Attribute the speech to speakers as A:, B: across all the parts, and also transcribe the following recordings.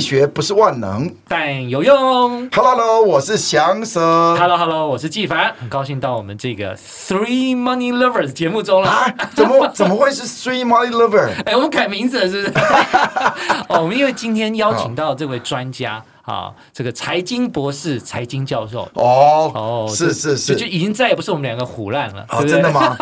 A: 学不是万能。
B: 但有用。
A: Hello Hello，我是祥蛇。
B: Hello Hello，我是纪凡，很高兴到我们这个 Three Money Lovers 节目中了。
A: 啊，怎么怎么会是 Three Money Lover？
B: 哎，我们改名字了是不是？ 哦，我们因为今天邀请到这位专家啊，这个财经博士、财经教授。
A: 哦
B: 哦，，
A: 是
B: 这
A: 是。
B: 这就是已经再也不是我们两个胡乱了，
A: 哦，
B: 对不对
A: 真的？吗？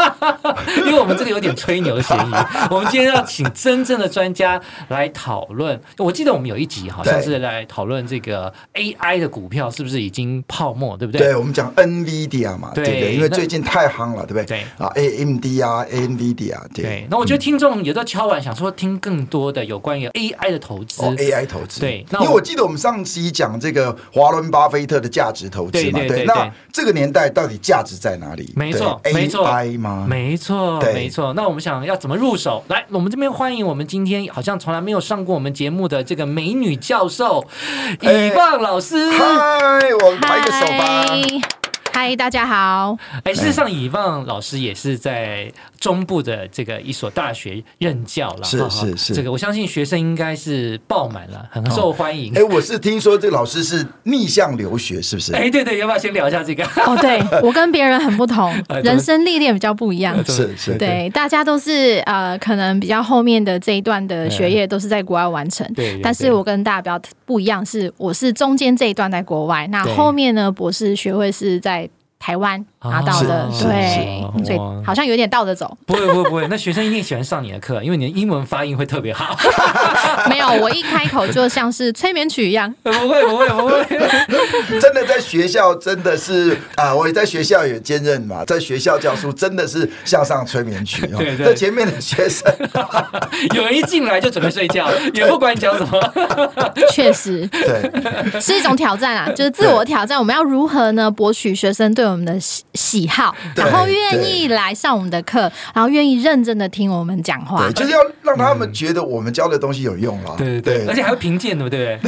B: 因为我们这个有点吹牛的嫌疑。我们今天要请真正的专家来讨论。我记得我们有一集好像
A: 对
B: 是来讨论这个 AI 的股票是不是已经泡沫，对不对？
A: 对我们讲 NVIDIA 嘛，对
B: 对
A: 不对？因为
B: 那
A: 最近太夯了，对不对？
B: 对
A: 啊，AMD 啊，NVIDIA，对
B: 对，那我觉得听众也都敲完，想说听更多的有关于 AI 的投资。
A: 嗯哦，AI 投资。
B: 对那
A: 因为
B: 我
A: 我记得我们上期讲这个华伦巴菲特的价值投资嘛，
B: 对对对
A: 那
B: 对
A: 这个年代到底价值在哪里？
B: 没错
A: 对
B: 没错
A: ，AI 吗？
B: 没错，
A: 对
B: 没错。那我们想要怎么入手？来，我们这边欢迎我们今天好像从来没有上过我们节目的这个美女教授
A: 哎
B: 以棒老师。
A: 嗨，我拍个手吧。
C: 嗨，嗨，大家好。
B: 哎，事实上，以望老师也是在中部的这个一所大学任教了，
A: 是
B: 哈哈
A: 是是
B: 这个我相信学生应该是爆满了，很受欢迎。
A: 哎、我是听说这个老师是逆向留学，是不是？
B: 哎，对对，要不要先聊一下这个？
C: 哦，对我跟别人很不同
B: 哎对，哎
C: 人生历练比较不一样。
A: 是是
C: 对，大家都是呃，可能比较后面的这一段的学业都是在国外完成。
B: 对对
C: 但是我跟大家比较不一样，是我是中间这一段在国外，那
B: 对
C: 后面呢，博士学位是在台湾拿到的
B: 啊。
A: 是
C: 对
B: 是，是
C: 所
B: 哇
C: 以好像有点倒着走。
B: 不会不会不会，那学生一定喜欢上你的课，因为你的英文发音会特别好。
C: 没有，我一开口就像是催眠曲一样。
B: 不会不会不会，
A: 真的在学校真的是啊，我也在学校也兼任嘛，在学校教书真的是向上催眠 曲哦。
B: 对对
A: 在前面的学生，
B: 有人一进来就准备睡觉，也不管你讲什么。
C: 确实，
A: 对，
C: 是一种挑战啊，就是自我挑战。我们要如何呢？博取学生对我们的喜喜好，
A: 对
C: 然后愿意来上我们的课，然后愿意认真的听我们讲话
A: 对，。就是要让他们觉得我们教的东西有用啦。
B: 对对对，而且还会评鉴，对不对？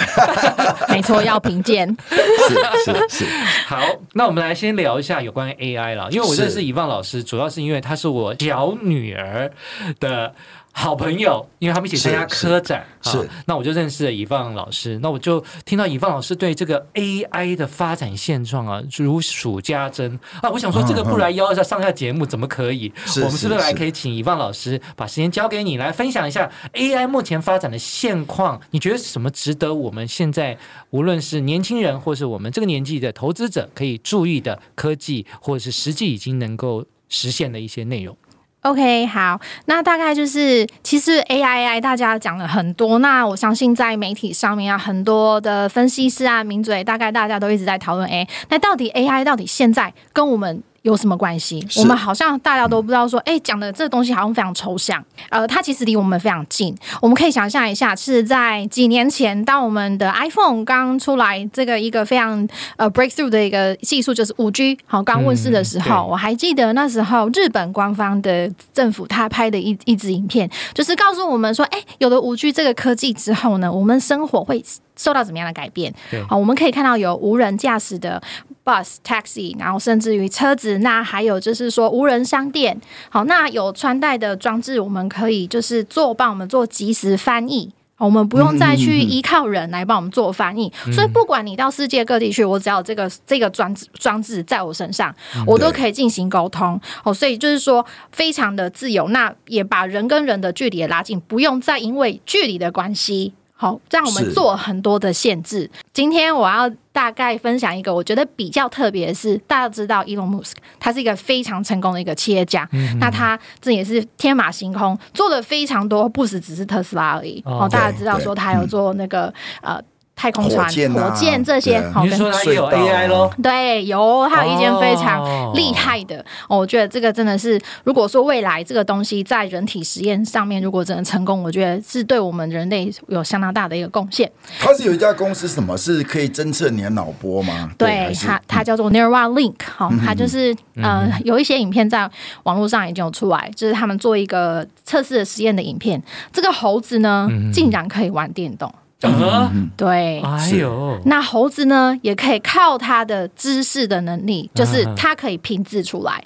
C: 没错，要评鉴。
A: 是 是是，
B: 好，那我们来先聊一下有关于 AI 了，因为我
A: 是
B: 认识以望老师，主要是因为她是我小女儿的好朋友，因为他们一起参加
A: 是是
B: 科展，
A: 是
B: 啊那我就认识了以望老师，那我就听到以望老师对这个 AI 的发展现状啊如数家珍啊，我想说这个不来邀一下上下节目怎么可以？
A: 是
B: 我们是不是
A: 是
B: 来
A: 是
B: 可以请以望老师把时间交给你来分享一下 AI 目前发展的现况？你觉得什么值得我们现在无论是年轻人或是我们这个年纪的投资者可以注意的科技，或者是实际已经能够实现的一些内容？
C: OK，好，那大概就是，其实 AI 大家讲了很多，那我相信在媒体上面啊，很多的分析师啊、名嘴，大概大家都一直在讨论 AI。那到底 AI 到底现在跟我们有什么关系？
A: 是
C: 我们好像大家都不知道说，哎、讲的这东西好像非常抽象，呃，它其实离我们非常近。我们可以想象一下，是在几年前，当我们的 iPhone 刚出来，这个一个非常呃 breakthrough 的一个技术，就是五 G 好刚问世的时候，
B: 嗯对
C: 我还记得那时候日本官方的政府他拍的一一支影片，就是告诉我们说，哎、有了五 G 这个科技之后呢，我们生活会受到怎么样的改变
B: 对？
C: 好，我们可以看到有无人驾驶的 bus、taxi，然后甚至于车子，那还有就是说无人商店。好，那有穿戴的装置，我们可以就是做帮我们做即时翻译。好我们不用再去依靠人来帮我们做翻译，所以不管你到世界各地去，我只要有这个这个装置装置在我身上，我都可以进行沟通。哦，所以就是说非常的自由，那也把人跟人的距离也拉近，不用再因为距离的关系，好、让我
A: 是
C: 们做很多的限制。今天我要大概分享一个我觉得比较特别的是，大家知道 Elon Musk，他是一个非常成功的一个企业家，
B: 嗯
A: 嗯
C: 那他这也是天马行空，做了非常多，不只只是特斯拉而已。
B: 哦
C: 哦，大家知道
A: 对
C: 说他有做那个、呃太空船、
A: 火箭啊
C: 箭这些
A: 对啊，
C: 好、
B: 你是说
C: 跟
B: 它也有
A: 隧道啊
B: AI 咯？
C: 对，有，还有一间非
B: 哦
C: 常厉害的、哦我觉得这个真的是，如果说未来这个东西在人体实验上面如果真的成功，我觉得是对我们人类有相当大的一个贡献。
A: 他是有一家公司，什么是可以侦测你的脑波吗？还
C: 对，
A: 是嗯
C: 它它叫做 Neuralink，好、它就是呃有一些影片在网络上已经有出来，就是他们做一个测试的实验的影片，这个猴子呢、竟然可以玩电动，
B: 啊，
A: 嗯
C: 对。
B: 哎呦，
C: 那猴子呢，也可以靠它的知识的能力，
B: 嗯
C: 就是它可以拼字出来。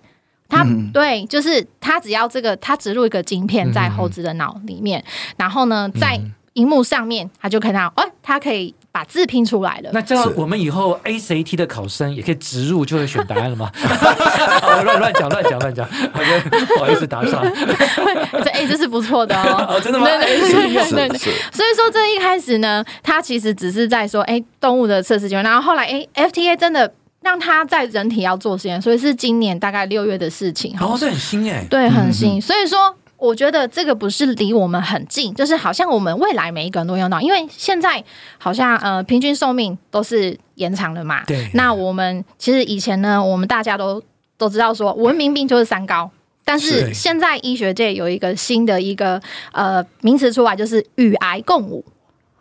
C: 它
A: 嗯
C: 对，
B: 嗯
C: 就是它只要这个，它植入一个晶片在猴子的脑里面，然后呢，在荧幕上面，他就看到，哦，他可以把字拼 出来了。
B: 那这样
A: 是
B: 我们以后 ACT 的考生也可以植入就会选答案了吗？ 好乱乱讲乱讲乱讲，OK，不好意思打岔。
C: 这哎、这是不错的哦。
B: 哦， 真的吗？
C: 对对对对对对
A: 是是，
C: 所以说这一开始呢，他其实只是在说，哎、动物的测试结果，然后后来，哎、f t a 真的让他在人体要做实验，所以是今年大概六月的事情。
B: 然后这很新哎，
C: 对，很新。所以说，我觉得这个不是离我们很近，就是好像我们未来每一个人都用到，因为现在好像呃平均寿命都是延长了嘛。
B: 对
C: 那我们其实以前呢，我们大家都都知道说，文明病就是三高。但是
B: 是
C: 现在医学界有一个新的一个呃名词出来，就是与癌共舞。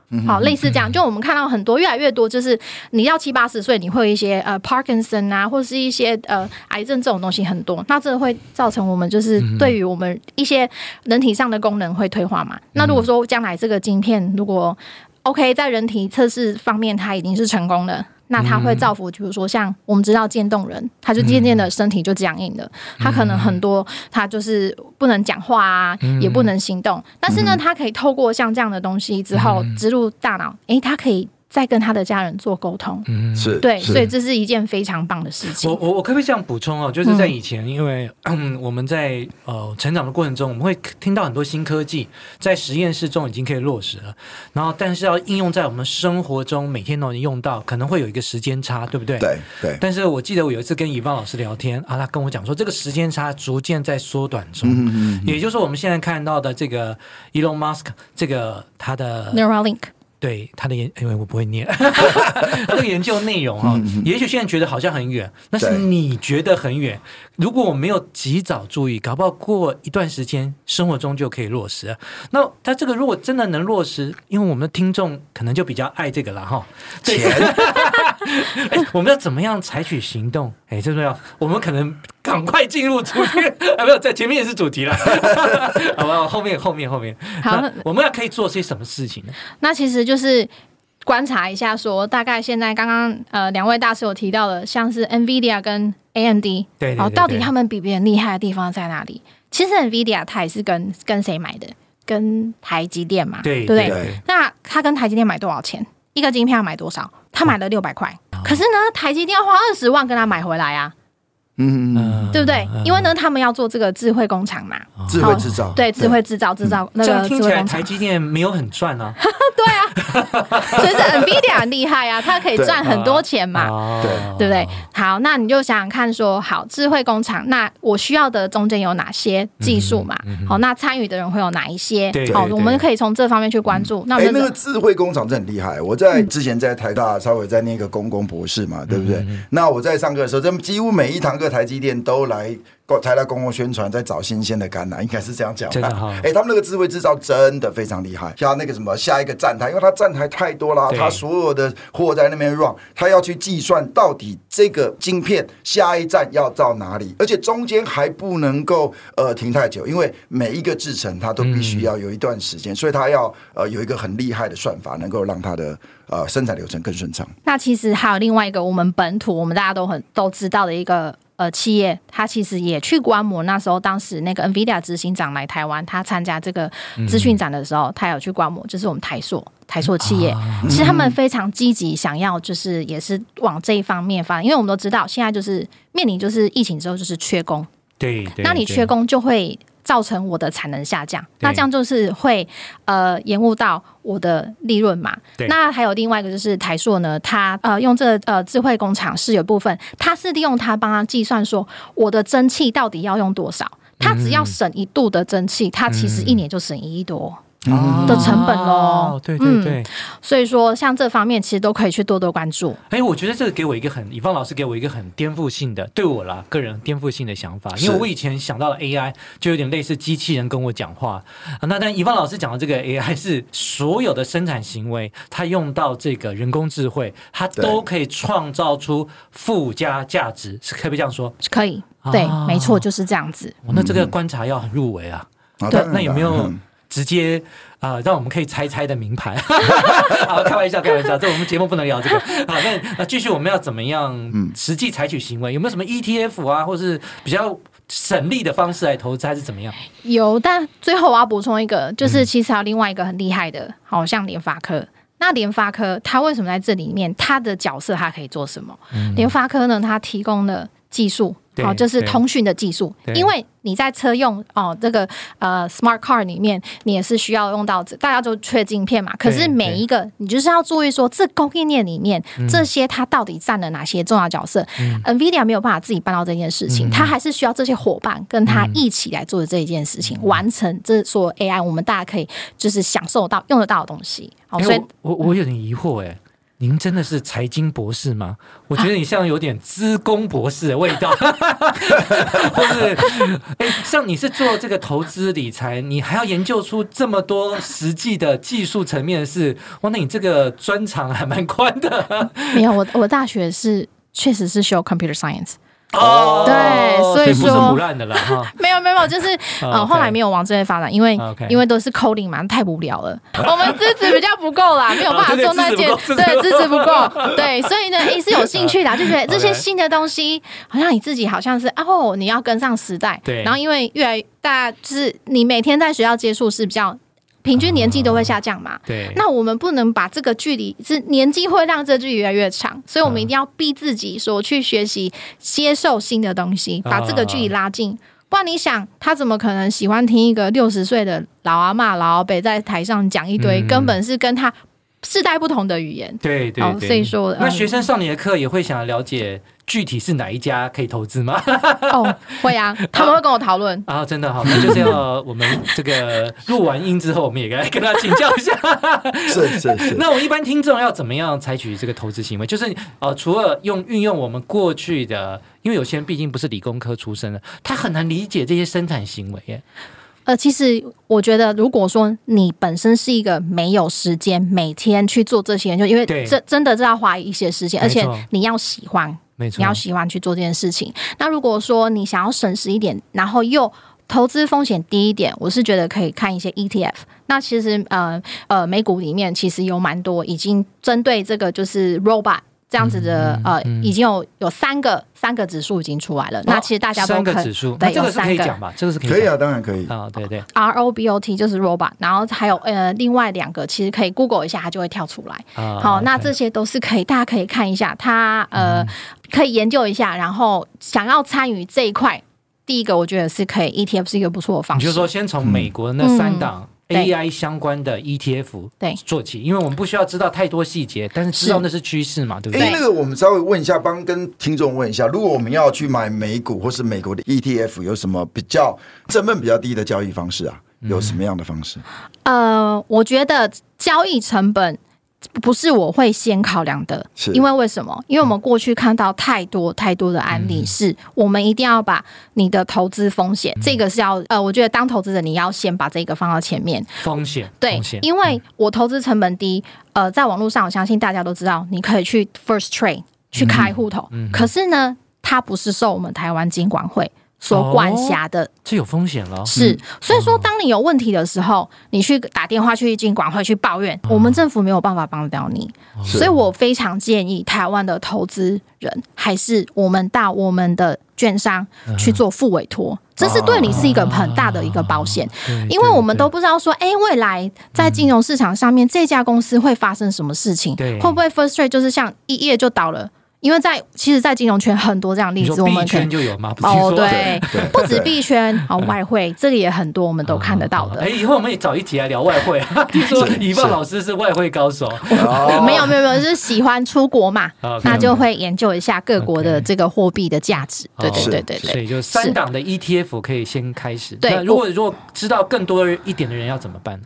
A: 嗯
C: 好，类似这样，就我们看到很多越来越多，就是你要七八十岁，你会有一些呃 Parkinson 啊，或是一些呃癌症这种东西很多，那这会造成我们就是对于我们一些人体上的功能会退化嘛。那如果说将来这个晶片如果 OK 在人体测试方面它已经是成功了。那它会造福，比如说像我们知道渐冻人，他就渐渐的身体就僵硬了，他可能很多他就是不能讲话啊，
B: 嗯
C: 也不能行动。但是呢，他可以透过像这样的东西之后
B: 嗯
C: 植入大脑，诶，他可以再跟他的家人做沟通。
A: 是，
C: 对，
A: 是
C: 所以这是一件非常棒的事
B: 嗯
C: 情
B: 我。我我可不可以这样补充哦？就是
C: 嗯
B: 在以前，因为、嗯我们在呃成长的过程中，我们会听到很多新科技在实验室中已经可以落实了，然后但是要应用在我们生活中，每天都能用到，可能会有一个时间差，对不对？
A: 对对，
B: 但是我记得我有一次跟以望老师聊天啊，他跟我讲说，这个时间差逐渐在缩短中，
A: 嗯嗯
B: 也就是我们现在看到的这个 Elon Musk 这个他的
C: Neuralink，
B: 对他的研，因为我不会 念嗯他的研究内容哈、也许现在觉得好像很远，那是
A: 对
B: 你觉得很远。如果我没有及早注意，搞不好过一段时间，生活中就可以落实了。那他这个如果真的能落实，因为我们听众可能就比较爱这个了哈。对， 哎我们要怎么样采取行动？哎，这重要。我们可能赶快进入主题， 啊，没有，在前面也是主题了， 好吧？后面后面后面，
C: 好
B: 那我们要可以做些什么事情呢？
C: 那其实就是观察一下说大概现在刚刚呃两位大师有提到的，像是 NVIDIA 跟 AMD，
B: 对对
C: 哦，
B: 对
C: 到底
B: 对
C: 他们比别人厉害的地方在哪里？其实 NVIDIA 它也是跟跟谁买的？跟台积电嘛，
B: 对
C: 不对？
A: 对
C: 那他跟台积电买多少钱？一个晶片要买多少？他
B: 哦
C: 买了六百块，可是呢，台积电要花二十万跟他买回来啊，
A: 嗯嗯嗯，
B: 嗯哦
C: 对不对？因为呢，他们要做这个智慧工厂嘛，
A: 智慧制造，
C: 对，智慧制造制造
B: 嗯
C: 那
B: 这样
C: 个
B: 听
C: 智
B: 起
C: 慧
B: 来
C: 工厂
B: 台。 积电没有很赚啊，
C: 啊所以是 NVIDIA 很厉害啊，它可以
A: 对
C: 赚很多钱嘛。
B: 嘛
C: 对不对？好，那你就想想看说好，智慧工厂，那我需要的中间有哪些技术嘛？好，那参与的人会有哪一些
B: 嗯对？
C: 好，
B: 对对
C: 我们可以从这方面去关注。那我
A: 哎，
C: 们
A: 那个
C: 就
A: 智慧工厂真的很厉害。我在之前在台大稍微在那个公共博士嘛，对不对？那我在上课的时候，真的几乎每一堂课台积电都来台大公共宣传，在找新鲜的橄榄，应该是这样讲
B: 真的
A: 吧
B: 哈？
A: 哎，他们那个智慧制造真的非常厉害。像那个什么下一个站台，因为它站台太多啦，
B: 对
A: 它所有的货在那边 run，它要去计算到底这个晶片下一站要到哪里，而且中间还不能够呃停太久，因为每一个制程它都必
B: 嗯
A: 须要有一段时间，所以它要呃有一个很厉害的算法，能够让它的呃生产流程更顺畅。
C: 那其实还有另外一个我们本土，我们大家都很都知道的一个。呃，企业它其实也去观摩，那时候当时那个 NVIDIA 执行长来台湾，他参加这个资讯展的时候，他有去观摩，就是我们台塑台塑企业，其实他们非常积极，想要就是也是往这一方面发展，因为我们都知道现在就是面临就是疫情之后就是缺工，
B: 对对，
C: 那你
B: 对
C: 缺，工就会造成我的产能下降，那
B: 对
C: 这样就是会呃延误到我的利润嘛
B: 对。
C: 那还有另外一个就是台硕呢，它呃用这个呃智慧工厂是有部分，它是利用它帮它计算说我的蒸汽到底要用多少。它只
B: 嗯
C: 要省一度的蒸汽，它其实一年就省一亿多。
B: 哦
C: 的成本咯嗯
B: 对对对，
C: 所以说，像这方面其实都可以去多多关注。
B: 哎，我觉得这个给我一个很，以方老师给我一个很颠覆性的，对我啦个人颠覆性的想法，因为
A: 是
B: 我以前想到了 AI 就有点类似机器人跟我讲话，啊那但以方老师讲的这个 AI 是所有的生产行为，它用到这个人工智慧，它都可以创造出附加价值，是可不可以这样说？
C: 可以，对，
B: 啊
C: 没错，就是这样子。
B: 哦哇那这个观察要很入围啊。
A: 啊
C: 对
A: 当然
B: 那有没有
A: 嗯
B: 直接啊、呃让我们可以猜猜的名牌？ 好，开玩笑，开玩笑，这我们节目不能聊这个。好，E 那那继续我们要怎么样实际采取行为？有没有什么 ETF 啊，或是比较省力的方式来投资，还是怎么样？
C: 有，但最后我要补充一个，
B: 嗯
C: 就是其实还有另外一个很厉害的，好像联发科。那联发科它为什么在这里面？它的角色它可以做什么？联发科呢，它提供了技术。
B: 嗯对
C: 好，就是
B: 对
C: 通讯的技术
B: 对，
C: 因为你在车用哦，这个呃 smart car 里面，你也是需要用到这，大家都缺晶片嘛。可
B: 对嗯
C: 是每一个，你就是要注意说，这供应链里面、这些它到底占了哪些重要角色、n v i d i a 没有办法自己办到这件事
B: 嗯
C: 情，它还是需要这些伙伴跟它一起来做这一件事
B: 嗯
C: 情，完成这所有 AI 我们大家可以就是享受到用得到的东西。好，
B: 哎
C: 哦所以
B: 我我我有点疑惑哎、您真的是财经博士吗？我觉得你像有点资工博士的味道， 或是哎、像你是做这个投资理财，你还要研究出这么多实际的技术层面的事，哇，那你这个专长还蛮宽 的
C: 没有我我大学是确实是修 computer science。
B: 哦
C: 对所以
B: 不是
C: 说
B: 胡乱的啦哈。
C: 没有没有，就是呃，
B: 哦 OK 哦
C: 后来没有往这边发展，因为
B: OK
C: 因为都是 coding 嘛，太无聊 了。我们资质比较不够啦，没有办
B: 哦对
C: 法
B: 对
C: 做那件，
B: 资质不够
C: 对，资质不够，对， 所以呢，也是有兴趣的啊，就觉得这些
B: OK
C: 新的东西，好像你自己好像是啊哦，你要跟上时代。
B: 对
C: 然后因为越来越大，就是你每天在学校接触是比较平均年纪都会下降嘛，
B: 对，
C: 那我们不能把这个距离是年纪会让这距离越来越长，所以我
B: 嗯
C: 们一定要逼自己说去学习、接受新的东西，
B: 啊
C: 把这个距离拉近。不然你想，他怎么可能喜欢听一个六十岁的老阿嬷、老阿伯在台上讲一堆、
B: 嗯
C: 根本是跟他世代不同的语言？
B: 对对
C: 哦
B: 对，
C: 所以说
B: 那
C: 嗯
B: 学生上你的课也会想了解具体是哪一家可以投资吗？
C: 哦，会啊，他们会跟我讨论。
B: 啊，真的好，那就是要我们这个录完音之后，我们也该跟他请教一下。
A: 嗯是是是，
B: 那我们一般听众要怎么样采取这个投资行为？就是呃，除了用运用我们过去的，因为有些人毕竟不是理工科出身的，他很难理解这些生产行为耶。
C: 呃，其实我觉得，如果说你本身是一个没有时间每天去做这些研究，因为
B: 对
C: 这真的是要花一些时间，
B: 没
C: 而
B: 错
C: 且你要喜欢，
B: 没错，
C: 你要喜欢去做这件事情。那如果说你想要省时一点，然后又投资风险低一点，我是觉得可以看一些 ETF。那其实呃呃，美股里面其实有蛮多已经针对这个就是 robot。这样子的
B: 嗯嗯
C: 呃，
B: 嗯哦
C: 已经有有三个三个指数已经出来了。那其实大家都
B: 三
C: 可
B: 个指数，那
C: 对，
B: 这
C: 有
B: 个是可
C: 三
B: 以
C: 个
B: 讲吧？这个是可以
A: 可以
B: 讲
A: 啊，当然可以。
B: 啊，对对
C: R O B O T 就是 robot，然后还有呃另外两个，其实可以 Google 一下，它就会跳出来。
B: 啊。
C: 好，那
B: OK 嗯
C: 这些都是可以，大家可以看一下，它呃可以研究一下，然后想要参与这一块，第一个我觉得是可以，ETF 是一个不错的方
B: 你
C: 式。
B: 就说先从美国那三档
C: 嗯
B: AI 相关的 ETF
C: 对
B: 做起，因为我们不需要知道太多细节，但是知道那是趋势嘛，对不
A: 哎，
B: 对？
A: 那个我们稍微问一下，帮跟听众问一下，如果我们要去买美股或是美国的 ETF，有什么比较成本比较低的交易方式啊？
B: 嗯
A: 有什么样的方式？
C: 呃，我觉得交易成本不是我会先考量的
A: 是，
C: 因为为什么？因为我们过去看到太多太多的案
B: 嗯
C: 例，是我们一定要把你的投资风险，这个是要呃，我觉得当投资者你要先把这个放到前面，
B: 风险，
C: 对
B: 风险，，嗯
C: 因为我投资成本低，呃，在网络上我相信大家都知道，你可以去 First Trade
B: 嗯
C: 去开户头，可是呢，它不是受我们台湾金管会所管辖的
B: 这有风险了。
C: 是，所以
B: 哦
C: 说，当你有问题的时候，你去打电话去经管会去
B: 嗯
C: 抱怨，我们政府没有办法帮到你。
B: 哦
C: 所以我非常建议台湾的投资人，还是我们到我们的券商
B: 嗯
C: 去做副委托，这是对你是一个很大的一个保险，
B: 哎嗯对
C: 因为我们
B: 对嗯
C: 都不知道说，哎，未来在金融市场上面这家公司会发生什么事情，
B: 对
C: 会不会 First Trade 就是像一夜就倒了？因为在其实，在金融圈很多这样的
B: 你
C: 例
B: 说
C: 子，我们
B: B
C: 可以
B: 圈就有嘛？不是
C: 哦，
B: 说
C: 对
A: 对，
C: 不止币圈， 好外汇，这个也很多，我们都看得到
B: 哎，
C: 的。
B: 以后我们也找一集来聊外汇。啊 听说
A: 是
B: 以望老师是外汇高手，
A: 哦
B: 哎
C: 没有没有没有，就是喜欢出国嘛
B: OK，
C: 那就会研究一下各国的这个货币的价值。对对
B: 是
C: 对对
B: 所
C: 对。
B: 以就三档的 ETF 可以先开始。
C: 对
B: 那如果如果知道更多一点的人要怎么办？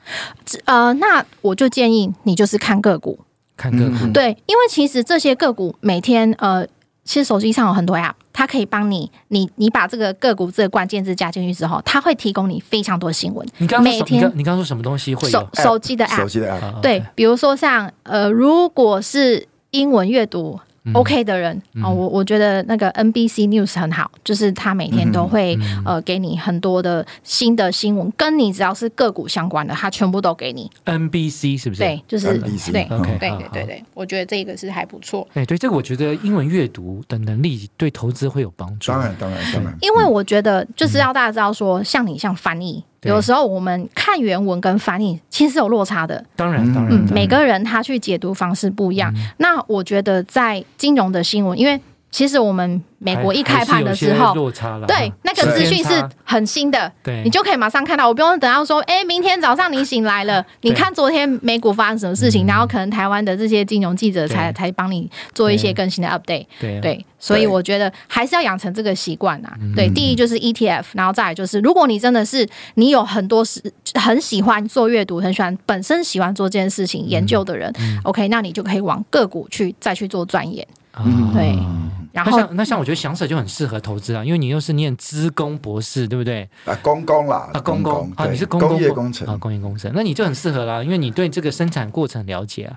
C: 呃，那我就建议你就是看个股，
B: 看个股
A: 嗯
C: 对，因为其实这些个股每天呃，其实手机上有很多 app，它可以帮你，你你把这个个股这个关键字加进去之后，它会提供你非常多新闻。
B: 你刚刚说
C: 每
B: 什你刚
C: 天
B: 你刚刚说什么东西会有
C: 手？
A: 哎
C: 手机的 app
A: 手机的 app，
B: 啊
C: 对，比如说像呃，如果是英文阅读
B: 嗯
C: OK 的人啊、哦我我觉得那个 NBC News 很好，就是他每天都会、
B: 嗯
C: 呃给你很多的新的新闻，跟你只要是个股相关的，他全部都给你。
B: NBC 是不是？
C: 对，就是对
A: NBC
C: 对
A: 嗯
C: 对
B: OK，好
C: 对对对，我觉得这个是还不错。
B: 哎，对，这个我觉得英文阅读的能力对投资会有帮助。
A: 当然，当然，当然，嗯
C: 因为我觉得就是要大家知道说，像你像翻译，
B: 嗯对
C: 有时候我们看原文跟翻译其实是有落差的。
B: 当然，
A: 嗯
B: 当然，当，
C: 嗯
B: 然
C: 每个人他去解读方式不一样。
B: 嗯
C: 那我觉得在金融的新闻，因为其实我们美国一开盘的时
B: 还还是有些
C: 候。
B: 落差了，
C: 对
B: 哈，
C: 那个资讯
B: 时间
C: 是
B: 差
C: 很新的，
B: 对，啊
C: 你就可以马上看到。我不用等到说，哎、明天早上你醒来了，
B: 对嗯
C: 你看昨天美股发生什么事情，然后可能台湾的这些金融记者才
B: 对
C: 才帮你做一些
B: 对
C: 更新的 update。
B: 对啊
C: 对，所以我觉得还是要养成这个习惯啊。
A: 嗯
C: 对，第一就是 ETF，然后再来就是，如果你真的是你有很多是很喜欢做阅读，很喜欢本身喜欢做这件事情研究的人、o
A: 嗯
C: k 那你就可以往个股去再去做钻研。
B: 啊
A: 嗯
C: 对，
B: 那
C: 然后
B: 像那像我觉得翔舍就很适合投资啊，因为你又是念资工博士，对不对？
A: 啊，公公啦，
B: 啊，
A: 公
B: 工工啊，
A: 对
B: 你是工
A: 工业
B: 博
A: 工
B: 啊，
A: 程，
B: 工业工程，那你就很适合啦，因为你对这个生产过程了解啊，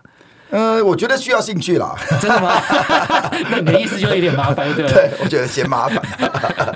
A: 呃，我觉得需要兴趣 啦，
B: 真的吗？那你的意思就有点麻烦，对不对？
A: 对，我觉得嫌麻烦，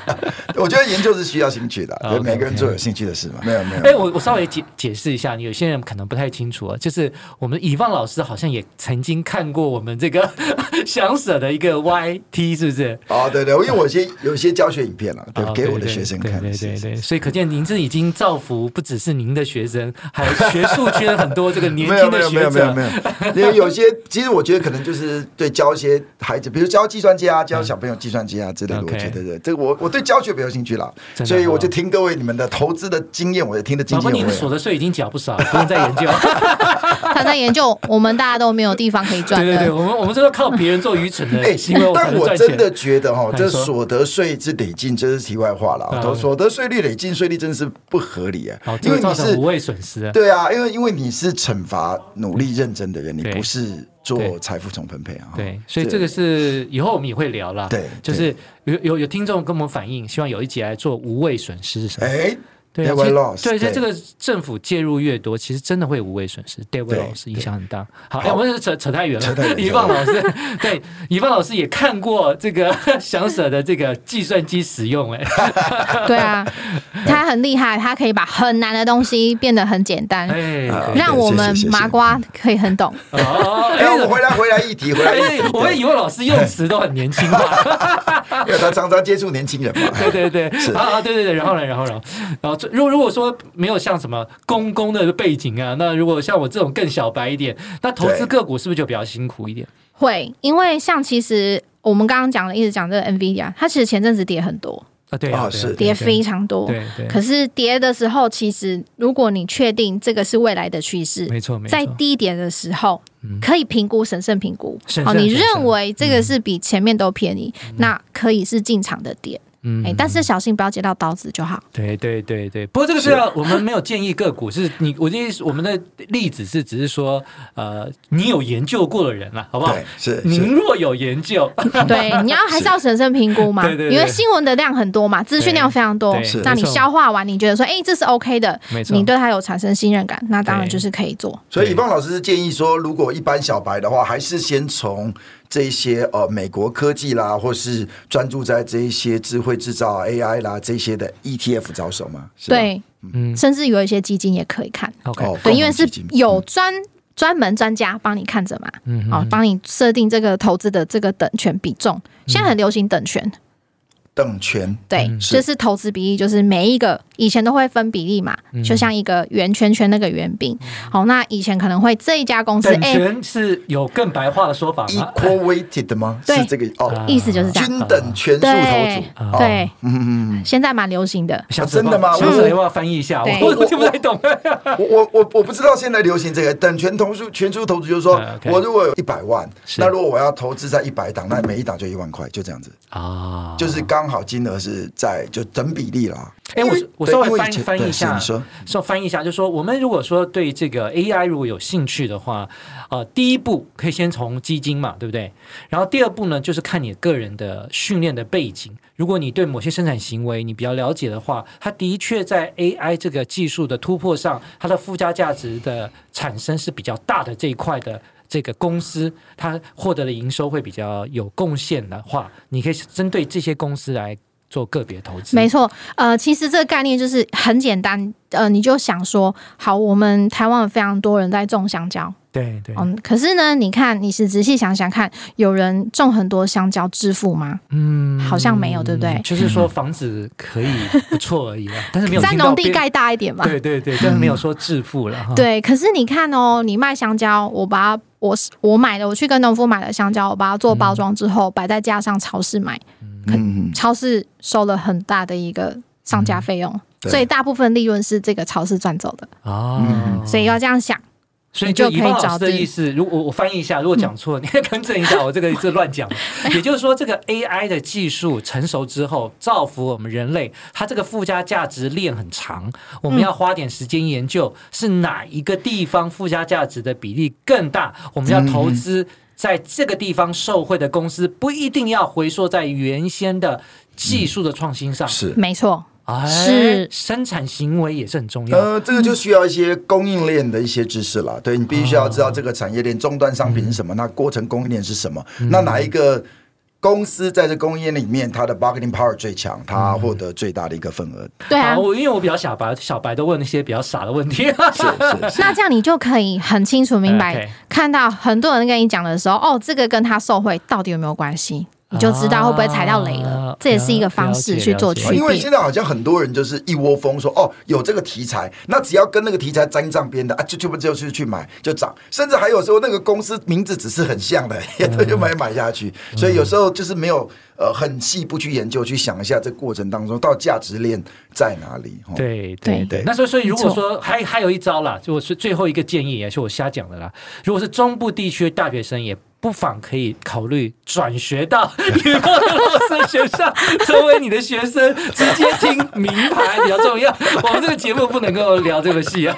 A: 我觉得研究是需要兴趣的，
B: OK，
A: 对每个人做有兴趣的事嘛，没有没有，
B: 哎，我我稍微解解释一下，有些人可能不太清楚啊，就是我们以望老师好像也曾经看过我们这个 翔舍的一个 YT，是不是？
A: 哦，对对，因为我有些有些教学影片了，对
B: 啊，
A: 给我的学生看，
B: 对对
A: 是
B: 对
A: 是
B: 对，所以可见您是已经造福不只是您的学生，还有学术圈很多这个年
A: 没有
B: 轻
A: 没
B: 的
A: 有没
B: 学
A: 有没有
B: 者
A: 没。有，因为有些其实我觉得可能就是对教一些孩子，比如教计算机啊，教小朋友计算机啊之类的，
B: 嗯 OK
A: 我觉得对这个我我对教学比较有兴趣啦，
B: 真的
A: 所以
B: 哦
A: 我就听各位你们的投资的经验，我也听的津
B: 宝宝，
A: 津
B: 你
A: 有
B: 的
A: 味
B: 所
A: 啊。
B: 得税已经缴不少，不用再研究。
C: 他在研究，我们大家都没有地方可以
B: 对
C: 赚
B: 对对，
C: 的。
B: 我们我们这个靠别人做愚蠢的
A: 哎
B: 行为，，才
A: 但
B: 能
A: 我
B: 赚
A: 真
B: 钱。
A: 的觉得哈，
B: 你
A: 这
B: 说
A: 所得税是累进，这是题外话
B: 嗯
A: 了。所得税率累进税率真的是不合理啊
B: 好，，
A: 因
B: 哦这
A: 为
B: 个造
A: 你
B: 成
A: 是
B: 无谓损失。
A: 对啊，因为因为你是惩罚努力认真的人，你
B: 对
A: 不是做
B: 对
A: 财富重分配啊。
B: 对，所以这个是以后我们也会聊啦。
A: 对
B: 就是有有有听众跟我们反映，希望有一集来做无谓损失是什么？
A: 哎，
B: 对啊，
A: Dead
B: 其
A: Loss，
B: 实对，所以
A: 对
B: 这个政府介入越多，其实真的会无谓损失。d a v i
A: 对
B: 老师影
A: 对
B: 响很大。好，
A: 好
B: 哎，我们扯扯太远
A: 扯 太
B: 了。
A: 远
B: 以放老师，对，以放老师也看过这个 翔舍的这个计算机使 用，哎，
C: 对啊，他很厉害，他可以把很难的东西变得很简单，
B: 哎，
A: 啊
B: 对
C: 让我们
A: 谢谢谢谢
C: 麻瓜可以很懂。
B: 哦，
A: 哎，我
B: 哎
A: 们。回来回来议题，回来议
B: 哎
A: 题，，
B: 我
A: 对
B: 以为老师用词都很年轻 化，
A: 因为他常常接触年轻人嘛。
B: 对对对，啊啊对对对，然后呢，然后呢，然后这如如果说没有像什么公公的背景啊，那如果像我这种更小白一点，那投资
A: 对
B: 个股是不是就比较辛苦一点？
C: 会，因为像其实我们刚刚讲的，一直讲这个 NVIDIA，它其实前阵子跌很多，
B: 啊，对
A: 啊
B: 啊，
A: 是
C: 跌非常多。
B: 对对，
C: 可是跌的时候，其实如果你确定这个是未来的趋势，
B: 没错没嗯错
C: 在，低点的时候，可以评估审慎评估
B: 审。
C: 哦，
B: 慎
C: 你
B: 审慎
C: 认为这个是比前面都便宜，那可以是进场的点。
B: 嗯
C: 哎，但是小心不要接到刀子 就好。
B: 对对对对，不过这个是要我们没有建议个股，是你我建议我们的例子是只是说，呃，你有研究过的人啦，好不好
A: 对？，是
B: 您
A: 是，
B: 若有研究，
C: 对， 你要还是要审慎评估嘛，
B: 对对对
C: 因为新闻的量很多嘛，资讯量非常多
B: 对对
A: 是，
C: 那你
B: 没错
C: 消化完，你觉得说，哎，这是 OK 的
B: 没，错
C: 你对它有产生信任感，那当然
B: 对
C: 就是可以做。
A: 所以以方老师是建议说，如果一般小白的话，还是先从这些呃美国科技啦，或是专注在这一些智慧制造啊 AI 啦这些的 ETF 着手嘛。是吧，
C: 对，
B: 嗯
C: 甚至有一些基金也可以看，
B: ，OK，
A: 哦，
C: 对，因为是
A: 共同基金
C: 有专。专门专家帮你看着嘛，
B: 嗯
C: 哦，帮你设定这个投资的这个等权比重。现在很流行等权，
A: 等权，
C: 对，
B: 嗯
A: 是
C: 就是投资比例，就是每一个以前都会分比例嘛，
B: 嗯
C: 就像一个圆圈圈那个圆饼。好、那以前可能会这一家公司，
B: 等
C: 哎、
B: 权是有更白话的说法吗？
A: equal weighted 的吗？
C: 对
A: 是这个哦，
C: 哎意思就是这样，
A: 均等权数投
C: 对
A: 组。
B: 哦
A: 嗯
C: 对，现在蛮流行的。
B: 想什
A: 真
B: 么
A: 的吗
B: 想
A: 我
B: 什么要不要翻译一下？
C: 嗯对
B: 我我听不 太懂。
A: 我我我我不知道现在流行这个等权投数权数投资，就是说
B: 嗯，OK
A: 我如果有一百万，
B: 是
A: 那如果我要投资在一百档，那每一档就一万块，就这样子，
B: 啊
A: 就是刚好金额是在就等比例啦。
B: 哎、我我
A: 对
B: 稍微
A: 因为以
B: 翻
A: 前
B: 翻译
A: 对
B: 一下，
A: 是你说
B: 稍微翻译一下，就说我们如果说对这个 AI 如果有兴趣的话，呃，第一步可以先从基金嘛，对不对？然后第二步呢，就是看你个人的训练的背景。如果你对某些生产行为你比较了解的话，它的确在 AI 这个技术的突破上，它的附加价值的产生是比较大的这一块的。这个公司它获得的营收会比较有贡献的话，你可以针对这些公司来做个别投资。
C: 没错，呃，其实这个概念就是很简单，呃，你就想说，好，我们台湾有非常多人在种香蕉，
B: 对对，
C: 嗯，可是呢，你看，你是仔细想想看，有人种很多香蕉致富吗？
B: 嗯，
C: 好像没有对不对
B: 就是说房子可以不错而已啦，但是没有
C: 在
B: 听到
C: 农地
B: 别
C: 盖大一点嘛。
B: 对对对，但是没有说致富了哈。
C: 对，可是你看哦，你卖香蕉，我把它我我买的，我去跟农夫买的香蕉，我把它做包装之后，摆在架上，超市买，
A: 嗯，
C: 超市收了很大的一个上
B: 嗯
C: 架费用，
A: 对
C: 所以大部分利润是这个超市赚走的，
B: 哦，
C: 所以要这样想。
B: 所以
C: 你就
B: 就
C: 可
B: 以
C: 以
B: 方老
C: 找嗯
B: 师的
C: 地
B: 意思，如果我我翻译一下，如果讲 错，你要更正一下，我这个是乱 讲。也就是说，这个 AI 的技术成熟之后，造福我们人类，它这个附加价值链很长，我
C: 嗯
B: 们要花点时间研究是哪一个地方附加价值的比例更大，我们要
C: 嗯
B: 投资。在这个地方受惠的公司不一定要回溯在原先的技术的创新上，
A: 是。
C: 没错，
B: 哎
C: 嗯是
B: 生产行为也是很重要。
A: 呃，这个就需要一些供应链的一些知识啦。对你必
B: 哦
A: 须要知道这个产业链终端商品是什
B: 嗯
A: 么，那过程供应链是什么，那哪一个公司在这供应链里面它的 bargaining power 最强，它
B: 嗯
A: 获得最大的一个份额。
C: 对啊
B: 好，，我因为我比较小白，小白都问那些比较傻的问题。
A: 是是，
C: 那这样你就可以很清楚明白
B: 哎 OK
C: 看到很多人跟你讲的时候，哦，这个跟他受贿到底有没有关系，你就知道会不会踩到雷了。
B: 啊
C: 这也是一个方式去做区
B: 了解
A: 因为
C: 别
A: 现。在好像很多人就是一窝蜂说哦，有这个题材，那只要跟那个题材沾上边的啊，就就就去去买就涨，甚至还有时候那个公司名字只是很像的，也都就买
B: 嗯
A: 买下去。所以有时候就是没有呃很细部去研究，去想一下这过程当中到底价值链在哪里。哦，
B: 对
C: 对
B: 对
A: 对
B: 对，那所以所以如果
C: 没错
B: 说还还有一招啦，就我是最后一个建议，也是我瞎讲的啦。如果是中部地区的大学生，也不妨可以考虑转学到 羽毛的老师学校，成为你的学生，直接听名牌比较重要。我们这个节目不能够聊这个 戏啊。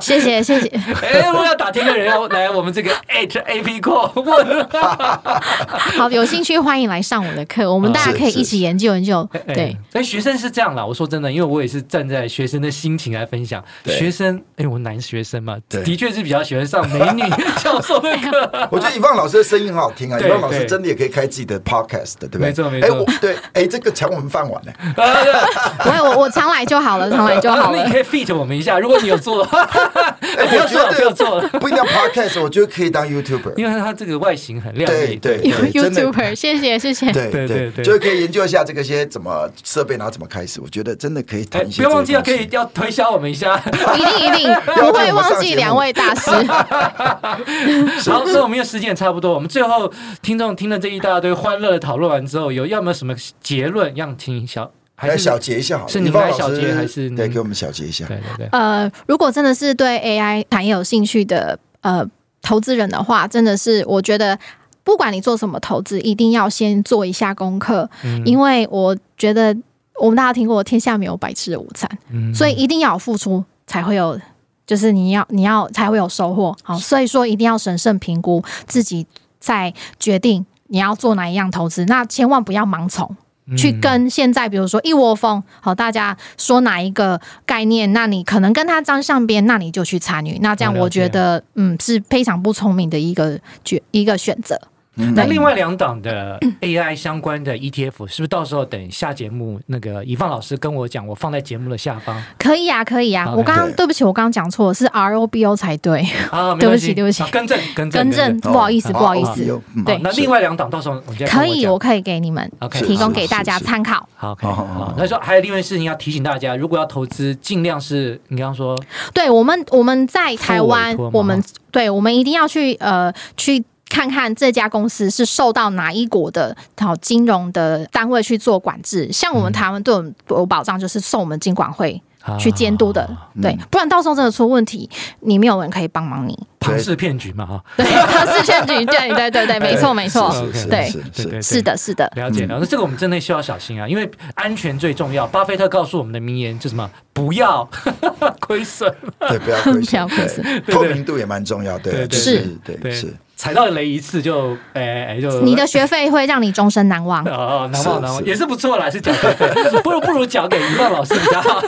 C: 谢谢谢谢，
B: 哎，如果要打听的人要来我们这个 H A P call 问。
C: 好，有兴趣欢迎来上我的课，我们大家可以一起研究研究。
B: 哎
C: 对，，
B: 所以学生是这样啦。我说真的，因为我也是站在学生的心情来分享。
A: 对
B: 学生，哎，我男学生嘛，
A: 对
B: 的确是比较喜欢上美女教授的课。
A: 我觉得以放老师的声音很好听啊，以
B: 对
A: 放老师
B: 对
A: 真的也可以开自己的 podcast，对不对？
B: 没错没
A: 哎，
B: 错
A: 我对，哎，这个抢我们饭 碗呢。
C: 我我我常来就好了，常来就好
B: 啊 那
C: 了
B: 你。可以 feat 我们一下，如果你有做的 话，
A: 哎，
B: 不要
A: 我觉
B: 做了，不要
A: 得
B: 做了，
A: 不一定要 podcast，我觉得可以当 YouTuber。
B: 因为他这个外形很靓
A: 对
B: 丽。
A: 对
C: 有
A: 对，真的
C: YouTuber，谢谢谢 谢。
A: 对
B: 对
A: 对
B: 对对
A: 就是可以研究一下这个些怎么设备，然后怎么开始。我觉得真的可以
B: 哎
A: 谈一，些。
B: 不要忘记要可以。要推销我们一下。
C: 一定一定
A: 要
C: 不
A: 不
C: 会
A: 然我们
C: 忘
A: 上
C: 记
A: 节
C: 两
A: 目
C: 位大师。
B: 好，那我们又时间也差不多，我们最后听众听了这一大堆欢乐的讨论完之后，有要没有什么结论让听小还
A: 来
B: 是
A: 小结一下好了，
B: 是你
A: 方
B: 来
A: 老
B: 小
A: 师
B: 结还是
A: 对，
B: 您
A: 给我们小结一下。
B: 对对对，
C: 呃，如果真的是对 AI 产业有兴趣的呃投资人的话，真的是我觉得。不管你做什么投资，一定要先做一下功课，
B: 嗯
C: 因为我觉得我们大家听过“天下没有白吃的午餐”，
B: 嗯
C: 所以一定要有付出才会有，就是你要你要才会有收获。好，所以说一定要审慎评估自己，再决定你要做哪一样投资。那千万不要盲从。
B: 嗯
C: 去跟现在，比如说一窝蜂，好，大家说哪一个概念，那你可能跟它沾上边，那你就去参与。那这样
B: 我了解
C: 我觉得，嗯，是非常不聪明的一个决一个选择。
A: 嗯
B: 那另外两档的 AI 相关的 ETF，是不是到时候等下节目那个以放老师跟我讲，我放在节目的下方
C: 可以啊，可以啊。
B: OK
C: 我刚刚
A: 对
C: 对不起，我刚刚讲错，是 R O B O 才对，
B: 啊？没
C: 对不
B: 关系
C: 起对不起
B: 啊更正更正
C: 更正，
A: 哦
C: 不好意思，不好意
A: 好哎
C: 思。
A: 呦嗯
C: 对
B: 好那另外两档到时候你再跟
C: 可以，
B: 讲
C: 我可以给你们
B: OK，
C: 提供
A: 是
C: 给大家
A: 是是
C: 参考。
B: 好 OK
A: 好
B: 好
A: 好好好
B: 那说还有另外一件事情要提醒大家，如果要投资，尽量是你刚刚说
C: 对我们，我们在台湾
B: 委托，吗
C: 我们对我们一定要去呃去。看看这家公司是受到哪一国的好金融的单位去做管制，像我们台湾对我们有保障，就是受我们金管会
B: 嗯啊嗯
C: 去监督的，对，不然到时候真的出问题，你没有人可以帮忙你。
B: 庞氏骗局嘛哈。
C: 对，他是选举，对对对对，没错没错，
A: 是是
C: 对
A: 是是
B: 对
A: 是，
B: 对
C: 是的，是的，
B: 了解了，那这个我们真的需要小心啊，因为安全最重要。巴菲特告诉我们的名言就是什么？不要亏损，
A: 对，不要亏
C: 不要
A: 损，
C: 亏损
A: 对透明度也蛮重要，对，
B: 对
A: 就
B: 对
A: 是对
B: 对
A: 是。，
B: 踩到雷一次就哎哎就
C: 你的学费会让你终身难忘
B: 。哦，难
A: 是
B: 忘难忘
A: 是
B: 也是不错啦，是缴学费，不如不如缴给遗忘老师比较好。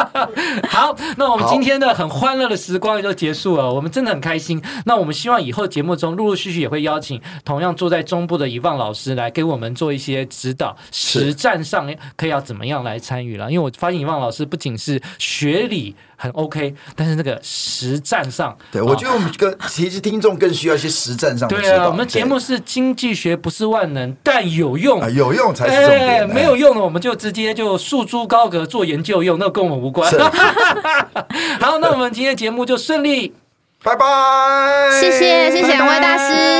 B: 好，那我们
A: 好
B: 今天的很欢乐的时光也就结束了，我们真的很开心。那我们希望以后节目中陆陆续续也会邀请同样坐在中部的遗忘老师来给我们做一些指导，
A: 是
B: 实战上可以要怎么样来参与了。因为我发现遗忘老师不仅是学理很 OK，但是那个实战上，
A: 对，
B: 哦
A: 我觉得我们更其实听众更需要一些实战上的指
B: 对啊，
A: 导。
B: 我们节目是经济学不是万能，但有
A: 对
B: 用
A: 啊。有用才是重点，
B: 哎没有用的，我们就直接就束诸高阁做研究用，那跟我们无关
A: 是。
B: 好，那我们今天节目就顺利。
A: 拜拜，
C: 谢谢谢谢两位大师。
B: 拜拜